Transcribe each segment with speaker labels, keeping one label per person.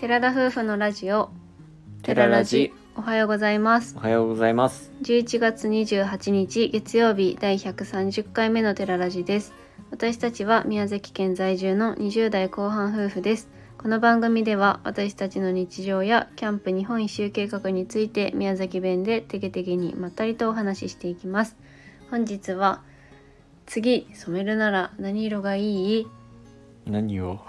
Speaker 1: 寺田夫婦のラジオ
Speaker 2: テララジ
Speaker 1: おはようございます
Speaker 2: おはようございます
Speaker 1: 11月28日月曜日第130回目のテララジです私たちは宮崎県在住の20代後半夫婦ですこの番組では私たちの日常やキャンプ日本一周計画について宮崎弁でテケテケにまったりとお話ししていきます本日は次染めるなら何色がいい
Speaker 2: 何を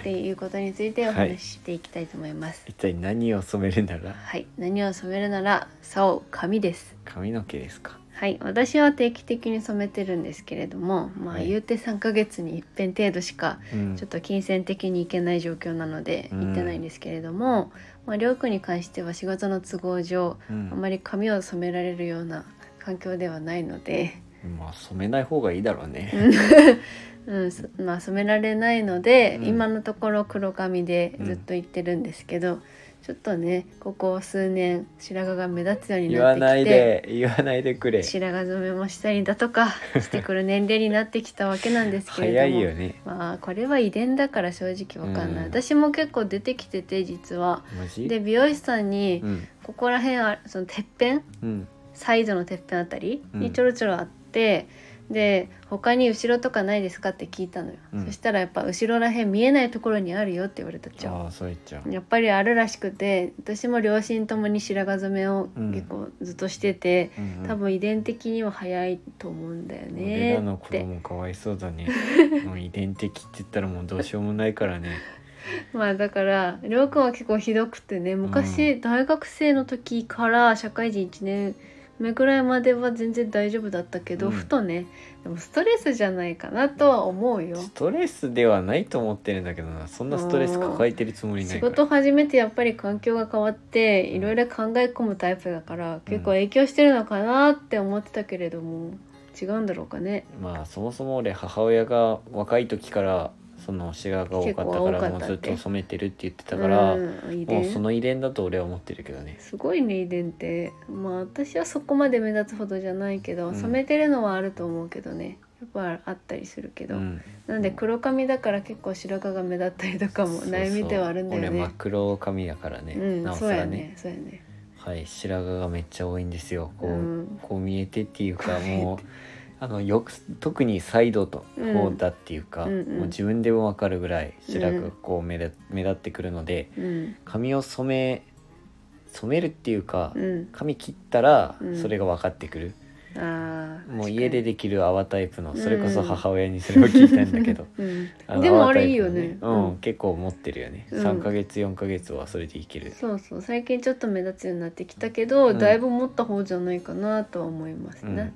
Speaker 1: っていうことについてお話ししていきたいと思います。
Speaker 2: 一体何を染めるなら
Speaker 1: はい、何を染めるならそう髪です。
Speaker 2: 髪の毛ですか
Speaker 1: はい、私は定期的に染めてるんですけれども、まあ
Speaker 2: はい
Speaker 1: 言うて3ヶ月に一遍程度しか
Speaker 2: うん
Speaker 1: ちょっと金銭的に行けない状況なので
Speaker 2: うん
Speaker 1: 行ってないんですけれども、まありょうくんに関しては仕事の都合上
Speaker 2: う
Speaker 1: あ
Speaker 2: ん
Speaker 1: まり髪を染められるような環境ではないので、
Speaker 2: まあ染めない方がいいだろうね
Speaker 1: うん、そまあ染められないので、
Speaker 2: うん
Speaker 1: 今のところ黒髪でずっと言ってるんですけど、ちょっとねここ数年白髪が目立つように
Speaker 2: 言
Speaker 1: なっ
Speaker 2: わ
Speaker 1: て
Speaker 2: ない
Speaker 1: きて
Speaker 2: で言わないでくれ
Speaker 1: 白髪染めもしたりだと かしてくる年齢になってきたわけなんですけれども
Speaker 2: 早いよね
Speaker 1: まあこれは遺伝だから正直わかんない、
Speaker 2: うん
Speaker 1: 私も結構出てきてて実は。
Speaker 2: マジ
Speaker 1: で美容師さんに
Speaker 2: うん
Speaker 1: ここら辺はそのてっぺん
Speaker 2: うん
Speaker 1: サイドのてっぺんあたり
Speaker 2: う
Speaker 1: に
Speaker 2: ん
Speaker 1: ちょろちょろあって、で他に後ろとかないですかって聞いたのよ、
Speaker 2: うん
Speaker 1: そしたらやっぱ後ろらへん見えないところにあるよって言われたじゃん
Speaker 2: ああそう言っちゃう
Speaker 1: やっぱりあるらしくて私も両親ともに白髪染めを
Speaker 2: うん
Speaker 1: 結構ずっとしてて、
Speaker 2: うんうん
Speaker 1: 多分遺伝的には早いと思うんだよ
Speaker 2: 俺
Speaker 1: ね
Speaker 2: らの
Speaker 1: っ
Speaker 2: 子
Speaker 1: て
Speaker 2: 供かわいそう だねもう遺伝的って言ったらもうどうしようもないからね
Speaker 1: まあだからりょうくんは結構ひどくてね昔、大学生の時から社会人1年目ぐらいまでは全然大丈夫だったけど、
Speaker 2: うん
Speaker 1: ふとねでもストレスじゃないかなとは思うよ。
Speaker 2: ストレスではないと思ってるんだけどなそんなストレス抱えてるつもりな
Speaker 1: 仕
Speaker 2: いから
Speaker 1: 事始めてやっぱり環境が変わって
Speaker 2: うん
Speaker 1: いろいろ考え込むタイプだから結構影響してるのかなって思ってたけれども違うんだろうかね。
Speaker 2: まあそもそも俺母親が若い時からその白髪が多かったから
Speaker 1: 結構多かったって
Speaker 2: もうずっと染めてるって言ってたから、
Speaker 1: うん、遺
Speaker 2: もうそ
Speaker 1: 伝
Speaker 2: の遺伝だと俺は思ってるけどね
Speaker 1: すごいね遺伝ってまあ私はそこまで目立つほどじゃないけど
Speaker 2: うん
Speaker 1: 染めてるのはあると思うけどねやっぱあったりするけ
Speaker 2: う
Speaker 1: ど、
Speaker 2: ん
Speaker 1: なんで黒髪だから結構白髪が目立ったりとかも
Speaker 2: そうそう
Speaker 1: 悩みではあるんだよね。
Speaker 2: 俺真っ黒髪だからね、
Speaker 1: う、
Speaker 2: なんお
Speaker 1: そ
Speaker 2: さ
Speaker 1: うや
Speaker 2: らね
Speaker 1: ねそうやね、
Speaker 2: はい白髪がめっちゃ多いんですよこう,、
Speaker 1: うん
Speaker 2: こう見えてってい うか
Speaker 1: 見えて
Speaker 2: もうあのよく特にサイドと
Speaker 1: うん
Speaker 2: こうだっていうか、
Speaker 1: うんうん
Speaker 2: もう自分でも分かるぐらい白髪がこう目立目立ってくるので
Speaker 1: うん
Speaker 2: 髪を染め染めるっていうか、
Speaker 1: うん、
Speaker 2: 髪切ったら
Speaker 1: うん
Speaker 2: それが分かってくる、
Speaker 1: あー
Speaker 2: もう
Speaker 1: 確かに
Speaker 2: 家でできる泡タイプの
Speaker 1: うん
Speaker 2: それこそ母親にそれを聞いたんだけどあ
Speaker 1: う
Speaker 2: の
Speaker 1: ん、でもあ
Speaker 2: 泡タ
Speaker 1: れい
Speaker 2: イ
Speaker 1: い
Speaker 2: プ
Speaker 1: よ
Speaker 2: の
Speaker 1: ね、
Speaker 2: うん、結構持ってるよね、
Speaker 1: うん
Speaker 2: 3ヶ月4ヶ月はそれでいける
Speaker 1: そうそう最近ちょっと目立つようになってきたけど、
Speaker 2: うん
Speaker 1: だいぶ持った方じゃないかなとは思いますね、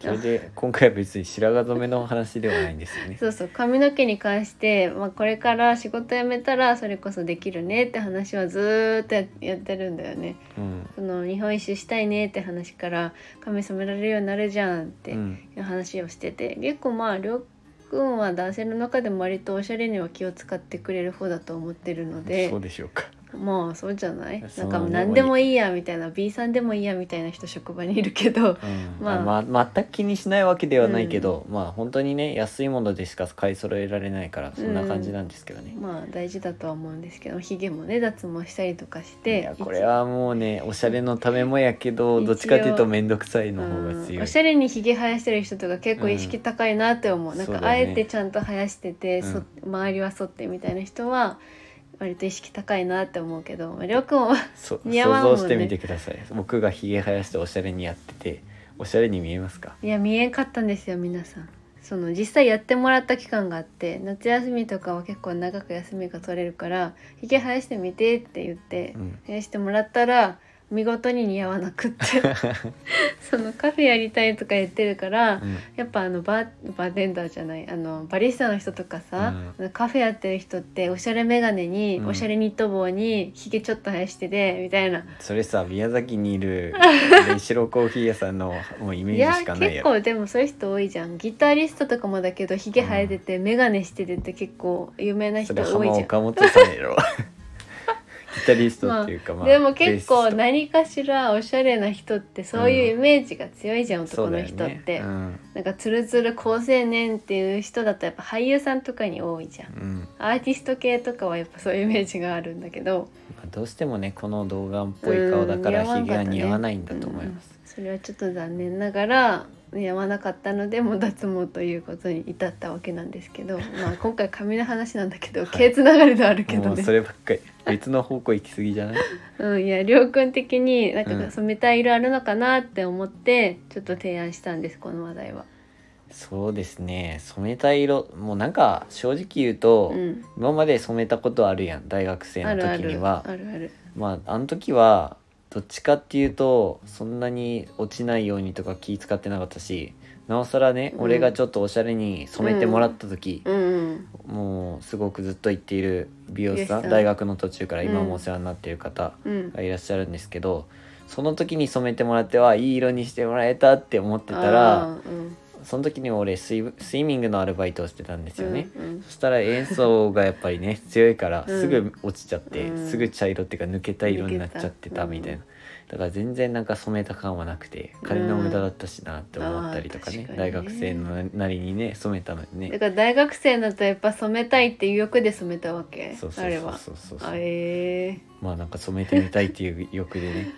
Speaker 2: それで今回は別に白髪染めの話ではないんですよね
Speaker 1: そうそう髪の毛に関して、まあ、これから仕事辞めたらそれこそできるねって話はずーっとややってるんだよね
Speaker 2: うん、
Speaker 1: その日本一周したいねって話から髪染められるようになるじゃんって
Speaker 2: うん
Speaker 1: いう話をしてて、結構まありょうくんは男性の中でも割とおしゃれには気を使ってくれる方だと思ってるので
Speaker 2: そうでしょうか
Speaker 1: まあそうじゃない
Speaker 2: そ
Speaker 1: な
Speaker 2: うん
Speaker 1: かもう何でもいいやみたいな B さんでもいいやみたいな人職場にいるけど
Speaker 2: うん
Speaker 1: まあ
Speaker 2: まあ、ま全く気にしないわけではないけど、まあ本当にね安いものでしか買い揃えられないからそんな感じなんですけどね、
Speaker 1: まあ大事だとは思うんですけどひげもね脱毛したりとかし
Speaker 2: い
Speaker 1: て
Speaker 2: やこれはもうねおしゃれのためもやけど
Speaker 1: 一応
Speaker 2: どっちかっていうと面倒くさいの方が
Speaker 1: うん
Speaker 2: 強
Speaker 1: お
Speaker 2: い
Speaker 1: しゃれにひげ生やしてる人とか結構意識高いなって思う、
Speaker 2: うん
Speaker 1: なん
Speaker 2: そう
Speaker 1: か
Speaker 2: だ
Speaker 1: あ
Speaker 2: よね
Speaker 1: えてちゃんと生やしてて、そ
Speaker 2: うん
Speaker 1: 周りは剃ってみたいな人は割と意識高いなって思うけどまありょうくんは
Speaker 2: そ
Speaker 1: 似合わんもんね
Speaker 2: 想像してみてください僕がひげ生やしておしゃれにやってておしゃれに見えますか
Speaker 1: いや見えんかったんですよ皆さんその実際やってもらった期間があって夏休みとかは結構長く休みが取れるからひげ生やしてみてって言って
Speaker 2: うん
Speaker 1: 生やしてもらったら見事に似合わなくって そのカフェやりたいとか言ってるから、
Speaker 2: うん
Speaker 1: やっぱあのバーバーテンダーじゃないあのバリスタの人とかさ、カフェやってる人っておしゃれ眼鏡に、
Speaker 2: うん
Speaker 1: おしゃれニット帽にひげちょっと生やしててみたいな。
Speaker 2: それさ宮崎にいるレシロコーヒー屋さんのもうイメ
Speaker 1: い
Speaker 2: ー
Speaker 1: や
Speaker 2: ジしかない
Speaker 1: 結
Speaker 2: やろ
Speaker 1: 構でもそういう人多いじゃんギタリストとかもだけどひげ生えてて、眼鏡しててって結構有名な人
Speaker 2: それ
Speaker 1: 多
Speaker 2: 浜
Speaker 1: いじゃん
Speaker 2: 岡本さんやろ ギタリストっていうか、まあ
Speaker 1: でも結構
Speaker 2: ベーシスト
Speaker 1: 何かしらおしゃれな人ってそういうイメージが強いじゃん、
Speaker 2: そ
Speaker 1: 男
Speaker 2: うだ
Speaker 1: の
Speaker 2: よ
Speaker 1: 人っ
Speaker 2: ね
Speaker 1: て、
Speaker 2: うん
Speaker 1: なんかツルツル好青年っていう人だとやっぱ俳優さんとかに多いじゃん
Speaker 2: うん
Speaker 1: アーティスト系とかはやっぱそういうイメージがあるんだけど
Speaker 2: まあどうしてもねこの童顔っぽい顔だから
Speaker 1: うん
Speaker 2: ひげは似合わないん
Speaker 1: う
Speaker 2: だ
Speaker 1: ん
Speaker 2: と思います、
Speaker 1: それはちょっと残念ながらやまなかったのでもう脱毛ということに至ったわけなんですけ ど、まあ、今回髪の話なんだけど、
Speaker 2: はい
Speaker 1: 系つながりではあるけど
Speaker 2: もう
Speaker 1: ね
Speaker 2: そればっかり別の方向行き過ぎじゃない
Speaker 1: うん、いやりょうくん的になん
Speaker 2: うん
Speaker 1: か染めたい色あるのかなって思ってちょっと提案したんですこの話題は。
Speaker 2: そうですね染めたい色もうなんか正直言うと、
Speaker 1: うん、
Speaker 2: 今まで染めたことあるやん大学生
Speaker 1: あ
Speaker 2: の
Speaker 1: るあ
Speaker 2: 時に
Speaker 1: る
Speaker 2: は
Speaker 1: あるある
Speaker 2: まああの時はどっちかっていうとそんなに落ちないようにとか気使ってなかったしなおさらね、
Speaker 1: うん
Speaker 2: 俺がちょっとおしゃれに染めてもらった時、
Speaker 1: うんうん
Speaker 2: もうすごくずっと行っている美容師さ
Speaker 1: 美容師
Speaker 2: ん
Speaker 1: さん
Speaker 2: 大学の途中から今
Speaker 1: うん
Speaker 2: もお世話になっている方
Speaker 1: うん
Speaker 2: がいらっしゃるんですけど、その時に染めてもらってはいい色にしてもらえたって思ってた
Speaker 1: あ
Speaker 2: ら
Speaker 1: ーうん
Speaker 2: その時に俺スイスイミングのアルバイトをしてたんですよね。
Speaker 1: うんうん
Speaker 2: そしたら演奏がやっぱりね強いから
Speaker 1: うん
Speaker 2: すぐ落ちちゃって、
Speaker 1: うん
Speaker 2: すぐ茶色っていうか抜けた色になっちゃってた
Speaker 1: 抜けた
Speaker 2: みたいな、だから全然なんか染めた感はなくて金の無駄だったしなって思ったりとかね,、
Speaker 1: うんあー
Speaker 2: 大
Speaker 1: 確かにね
Speaker 2: 学生のなりにね染めたのに
Speaker 1: だ
Speaker 2: ね
Speaker 1: から大学生だとやっぱ染めたいっていう欲で染めたわけ
Speaker 2: そうそ
Speaker 1: あ
Speaker 2: う
Speaker 1: れ
Speaker 2: そう
Speaker 1: は
Speaker 2: そうそう
Speaker 1: あえ
Speaker 2: まあなんか染めてみたいっていう欲で ね
Speaker 1: ー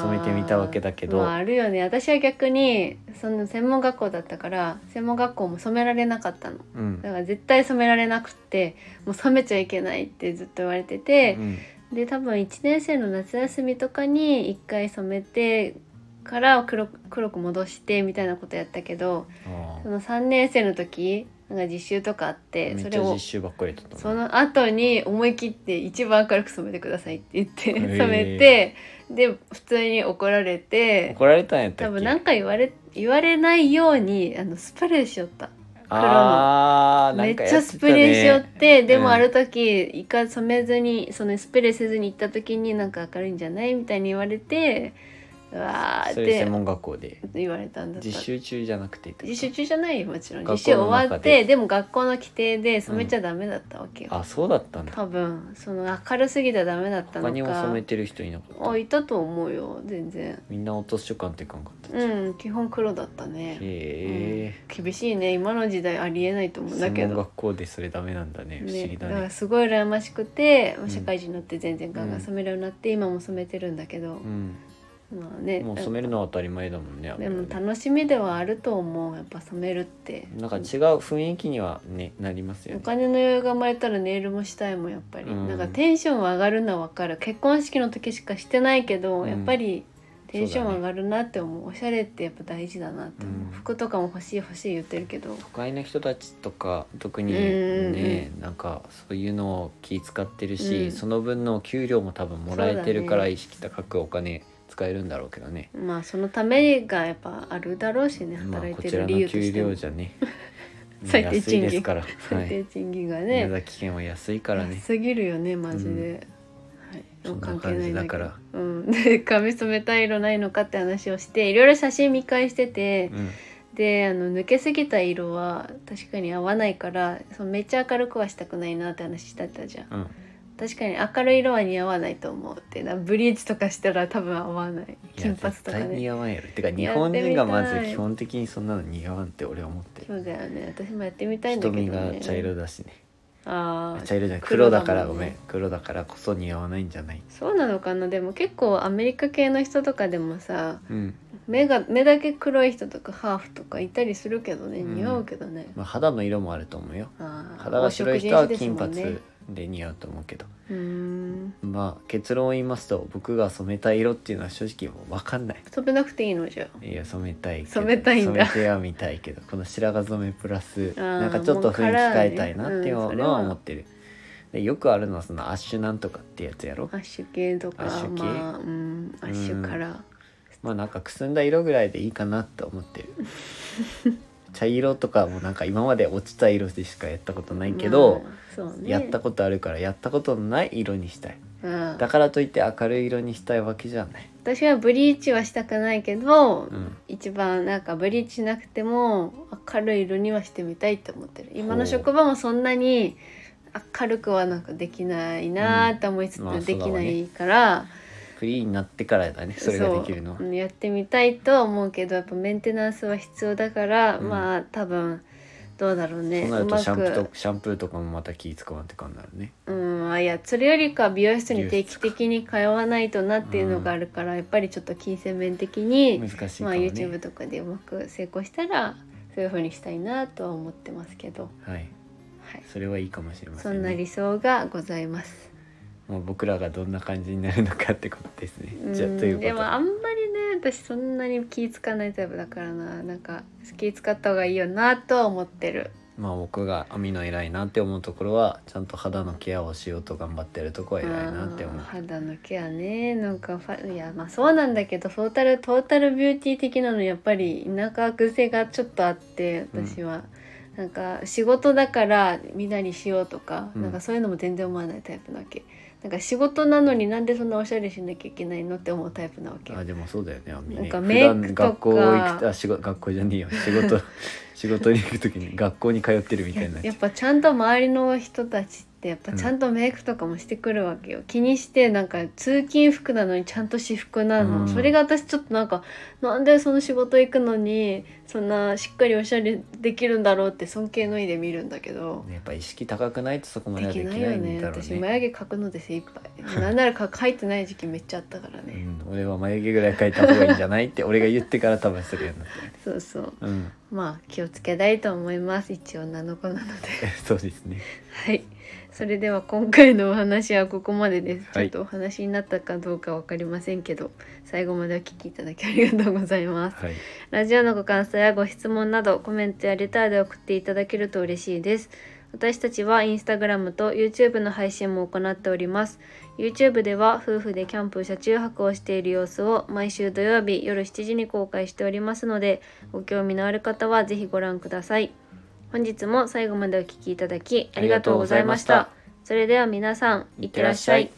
Speaker 2: 染めてみたわけだけ
Speaker 1: あ
Speaker 2: ど
Speaker 1: ーまあ、あるよね私は逆にその専門学校だったから専門学校も染められなかったの
Speaker 2: うん
Speaker 1: だから絶対染められなくってもう染めちゃいけないってずっと言われてて
Speaker 2: う、ん
Speaker 1: で多分1年生の夏休みとかに1回染めてから黒く黒く戻してみたいなことやったけど
Speaker 2: あ
Speaker 1: そ
Speaker 2: ー
Speaker 1: の3年生の時なんか実習とかあって
Speaker 2: め
Speaker 1: そ
Speaker 2: っ
Speaker 1: れ
Speaker 2: ちゃ
Speaker 1: を
Speaker 2: 実習ばっかりだったな
Speaker 1: その後に思い切って一番明るく染めてくださいって言って
Speaker 2: ー
Speaker 1: 染めて、で普通に怒られて
Speaker 2: 怒られたんやった
Speaker 1: 多
Speaker 2: っけ
Speaker 1: 分何か言われ言われないようにあのスプレーしよった
Speaker 2: あーな
Speaker 1: め
Speaker 2: ん
Speaker 1: っ
Speaker 2: か
Speaker 1: ち
Speaker 2: や
Speaker 1: ゃ
Speaker 2: ってた
Speaker 1: ス
Speaker 2: ね
Speaker 1: プレーしよって、で
Speaker 2: うん
Speaker 1: もある時一回染めずにそのスプレーせずに行った時になんか明るいんじゃないみたいに言われてうわーっ
Speaker 2: それ専
Speaker 1: て
Speaker 2: 門学校で
Speaker 1: 言われたんだった
Speaker 2: 実習中じゃなくてってこと
Speaker 1: 実習中じゃないよもちろん
Speaker 2: 学校の
Speaker 1: 実習終わ
Speaker 2: 中
Speaker 1: っ
Speaker 2: で
Speaker 1: てでも学校の規定で染めちゃダメだったわけよ、
Speaker 2: あそうだったんだ
Speaker 1: 多分その明るすぎたらダメだったの
Speaker 2: 他にも
Speaker 1: か
Speaker 2: 染めてる人いなかった
Speaker 1: あいたと思うよ全然
Speaker 2: みんな落とし所感って感覚だった、へ
Speaker 1: うん基本黒だったね、
Speaker 2: え、
Speaker 1: うん厳しいね今の時代ありえないと思うんだけ
Speaker 2: 専門
Speaker 1: ど
Speaker 2: 学校でそれダメなんだね不思
Speaker 1: ね、
Speaker 2: 議だ
Speaker 1: だ
Speaker 2: ね
Speaker 1: からすごい羨ましくて、まあ
Speaker 2: うん
Speaker 1: 社会人になって全然ガンガン染めるようになって、今も染めてるんだけど
Speaker 2: う、ん、
Speaker 1: まあね
Speaker 2: もう染めるのは当たり前だもん
Speaker 1: で
Speaker 2: ね
Speaker 1: も
Speaker 2: あれはね
Speaker 1: 楽しみではあると思うやっぱ染めるって
Speaker 2: なんか違う雰囲気には、ね、なりますよ
Speaker 1: お
Speaker 2: ね
Speaker 1: 金の余裕が生まれたらネイルもしたいもんやっぱり、
Speaker 2: うん
Speaker 1: なんかテンションは上がるのは分かる結婚式の時しかしてないけど、
Speaker 2: うん
Speaker 1: やっぱりテンション
Speaker 2: そうだ
Speaker 1: は
Speaker 2: ね
Speaker 1: 上がるなって思うおしゃれってやっぱ大事だなって思う、
Speaker 2: うん
Speaker 1: 服とかも欲しい欲しい言ってるけど
Speaker 2: 都会の人たちとか特に
Speaker 1: うんうんうん
Speaker 2: ね、なんかそういうのを気使ってるし、
Speaker 1: うん
Speaker 2: その分の給料も多分もらえてるか
Speaker 1: そうだ
Speaker 2: ら
Speaker 1: ね
Speaker 2: 意識高くお金使えるんだろうけどね
Speaker 1: まあそのためがやっぱあるだろうしね
Speaker 2: まあ
Speaker 1: 働い
Speaker 2: こ
Speaker 1: て
Speaker 2: ちら
Speaker 1: る
Speaker 2: の
Speaker 1: 理由と
Speaker 2: 給
Speaker 1: しても
Speaker 2: 料じゃね
Speaker 1: 最低賃金
Speaker 2: 安いですから、は
Speaker 1: 最
Speaker 2: い、
Speaker 1: 低賃金がね
Speaker 2: 宮崎県は安いからね
Speaker 1: 安すぎるよねマジで、はい
Speaker 2: そんな
Speaker 1: 関係ないんだけど
Speaker 2: 感じだか
Speaker 1: うん、で髪染めたい色ないのかって話をしていろいろ写真見返してて、
Speaker 2: うん
Speaker 1: であの抜けすぎた色は確かに合わないからそのめっちゃ明るくはしたくないなって話だったじゃん
Speaker 2: うん
Speaker 1: 確かに明るい色は似合わないと思うってなブリーチとかしたら多分合わない
Speaker 2: いや
Speaker 1: 金髪とか
Speaker 2: 絶対
Speaker 1: ね
Speaker 2: 似合わんやろてか
Speaker 1: ってみ
Speaker 2: 日
Speaker 1: たい
Speaker 2: 本人がまず基本的にそんなの似合わんって俺は思ってる
Speaker 1: そうだよね私もやってみたいんだけど、ね、
Speaker 2: 瞳が茶色だしね
Speaker 1: ああ
Speaker 2: 茶色じゃない
Speaker 1: 黒
Speaker 2: 黒
Speaker 1: だ
Speaker 2: だ
Speaker 1: もんね
Speaker 2: からごめん黒だからこそ似合わないんじゃない
Speaker 1: そうなのかなでも結構アメリカ系の人とかでもさ
Speaker 2: うん
Speaker 1: 目が目だけ黒い人とかハーフとかいたりするけどね
Speaker 2: うん
Speaker 1: 似合うけどね、
Speaker 2: まあ肌の色もあると思うよ
Speaker 1: あー
Speaker 2: 肌が白い人は
Speaker 1: 黄色人
Speaker 2: 金
Speaker 1: 種ですもん
Speaker 2: 髪
Speaker 1: ね
Speaker 2: で似合うと思うけど
Speaker 1: うーん
Speaker 2: まあ結論を言いますと僕が染めたい色っていうのは正直もう分かんない
Speaker 1: 染めなくていいのじゃ
Speaker 2: いや染めたいけど
Speaker 1: 染めたいんだ
Speaker 2: 染めてはみたいけどこの白髪染めプラス
Speaker 1: あー
Speaker 2: なんかちょっと雰囲気変えたいなっていう
Speaker 1: もうカラーねうんそれ
Speaker 2: の
Speaker 1: は
Speaker 2: は思ってる、でよくあるのはそのアッシュなんとかってやつやろ
Speaker 1: アッシュ系とか
Speaker 2: アッシュ系
Speaker 1: まあうんアッシュから、
Speaker 2: まあなんかくすんだ色ぐらいでいいかなって 思ってる茶色とかもなんか今まで落ちた色でしかやったことないけど、
Speaker 1: まあそうね
Speaker 2: やったことあるからやったことのない色にしたい
Speaker 1: うん
Speaker 2: だからといって明るい色にしたいわけじゃない、
Speaker 1: 私はブリーチはしたくないけど、
Speaker 2: うん、
Speaker 1: 一番なんかブリーチしなくても明るい色にはしてみたいって思ってる今の職場もそんなに明るくはなんかできないなーと思いつつ、
Speaker 2: うんまあ
Speaker 1: でき
Speaker 2: そうだ
Speaker 1: な
Speaker 2: わね
Speaker 1: いから、
Speaker 2: フリーになってからだねそれができるのは
Speaker 1: そううんやってみたいとは思うけどやっぱメンテナンスは必要だから、
Speaker 2: うん
Speaker 1: まあ多分どうだろうね
Speaker 2: そうなるとシャンプー
Speaker 1: うま
Speaker 2: とシャンプーとかもまた気使わんって感じになるね
Speaker 1: うんあいやそれよりかは美容室に定期的に通わないとなっていうのがあるから、やっぱりちょっと金銭面的に、
Speaker 2: 難しい
Speaker 1: ま
Speaker 2: か
Speaker 1: あ
Speaker 2: もね、
Speaker 1: YouTube とかでうまく成功したらそういう風にしたいなとは思ってますけど、
Speaker 2: はい
Speaker 1: はい、
Speaker 2: それはいいかもしれませ
Speaker 1: そ
Speaker 2: ん
Speaker 1: んな
Speaker 2: ね
Speaker 1: 理想がございます。
Speaker 2: まあ僕らがどんな感じになるのかってことですねじゃあ
Speaker 1: うん
Speaker 2: ということ
Speaker 1: でもあんまりね私そんなに気使わないタイプだからななんか気使った方がいいよなとは思ってる
Speaker 2: まあ僕が亜美の偉いなって思うところはちゃんと肌のケアをしようと頑張ってるとこは偉いなって思
Speaker 1: あ
Speaker 2: う
Speaker 1: ー肌のケアねなんかファいやまあそうなんだけどトータルトータルビューティー的なのやっぱり田舎癖がちょっとあって私は、なんか仕事だからみんなにしようとか、
Speaker 2: うん
Speaker 1: なんかそういうのも全然思わないタイプなわけなんか仕事なのになんでそんなおしゃれしなきゃいけないのって思うタイプなわけ
Speaker 2: あでもそうだよね亜美ね
Speaker 1: なんか
Speaker 2: 普
Speaker 1: メイク
Speaker 2: 段
Speaker 1: とか
Speaker 2: 学校行くあ仕事学校じゃねえよ仕事 仕事に行く時に学校に通ってるみたいになっちゃ
Speaker 1: や
Speaker 2: う
Speaker 1: っぱちゃんと周りの人たちってやっぱちゃんとメイクとかもしてくるわけよ、気にしてなんか通勤服なのにちゃんと私服なの、
Speaker 2: うん
Speaker 1: それが私ちょっとなんかなんでその仕事行くのにそんなしっかりおしゃれできるんだろうって尊敬の意で見るんだけど。
Speaker 2: やっぱ意識高くないとそこまで
Speaker 1: で
Speaker 2: は
Speaker 1: き
Speaker 2: でき
Speaker 1: ないよ
Speaker 2: ないん
Speaker 1: ね
Speaker 2: だろう
Speaker 1: 私
Speaker 2: ね
Speaker 1: 眉毛描くので精一杯なんなら描いてない時期めっちゃあったから
Speaker 2: う
Speaker 1: ね、
Speaker 2: ん、俺は眉毛ぐらい描いた方がいいんじゃないって俺が言ってから多分するようになっ
Speaker 1: そうそう
Speaker 2: た、うん、
Speaker 1: まあ気をつけたいと思います一応7子なので
Speaker 2: そうですね
Speaker 1: はい、それでは今回のお話はここまでです。ち
Speaker 2: は
Speaker 1: ょ
Speaker 2: い
Speaker 1: っとお話になったかどうかわかりませんけど、最後までお聞きいただきありがとうございます。
Speaker 2: はい
Speaker 1: ラジオのご感想やご質問などコメントやレターで送っていただけると嬉しいです。私たちはインスタグラムと YouTube の配信も行っております。YouTube では夫婦でキャンプ車中泊をしている様子を毎週土曜日夜7時に公開しておりますので、ご興味のある方はぜひご覧ください。本日も最後までお聴きいただきありがとうございました。
Speaker 2: ありがとうございま
Speaker 1: それでは皆さん、いってらっしゃい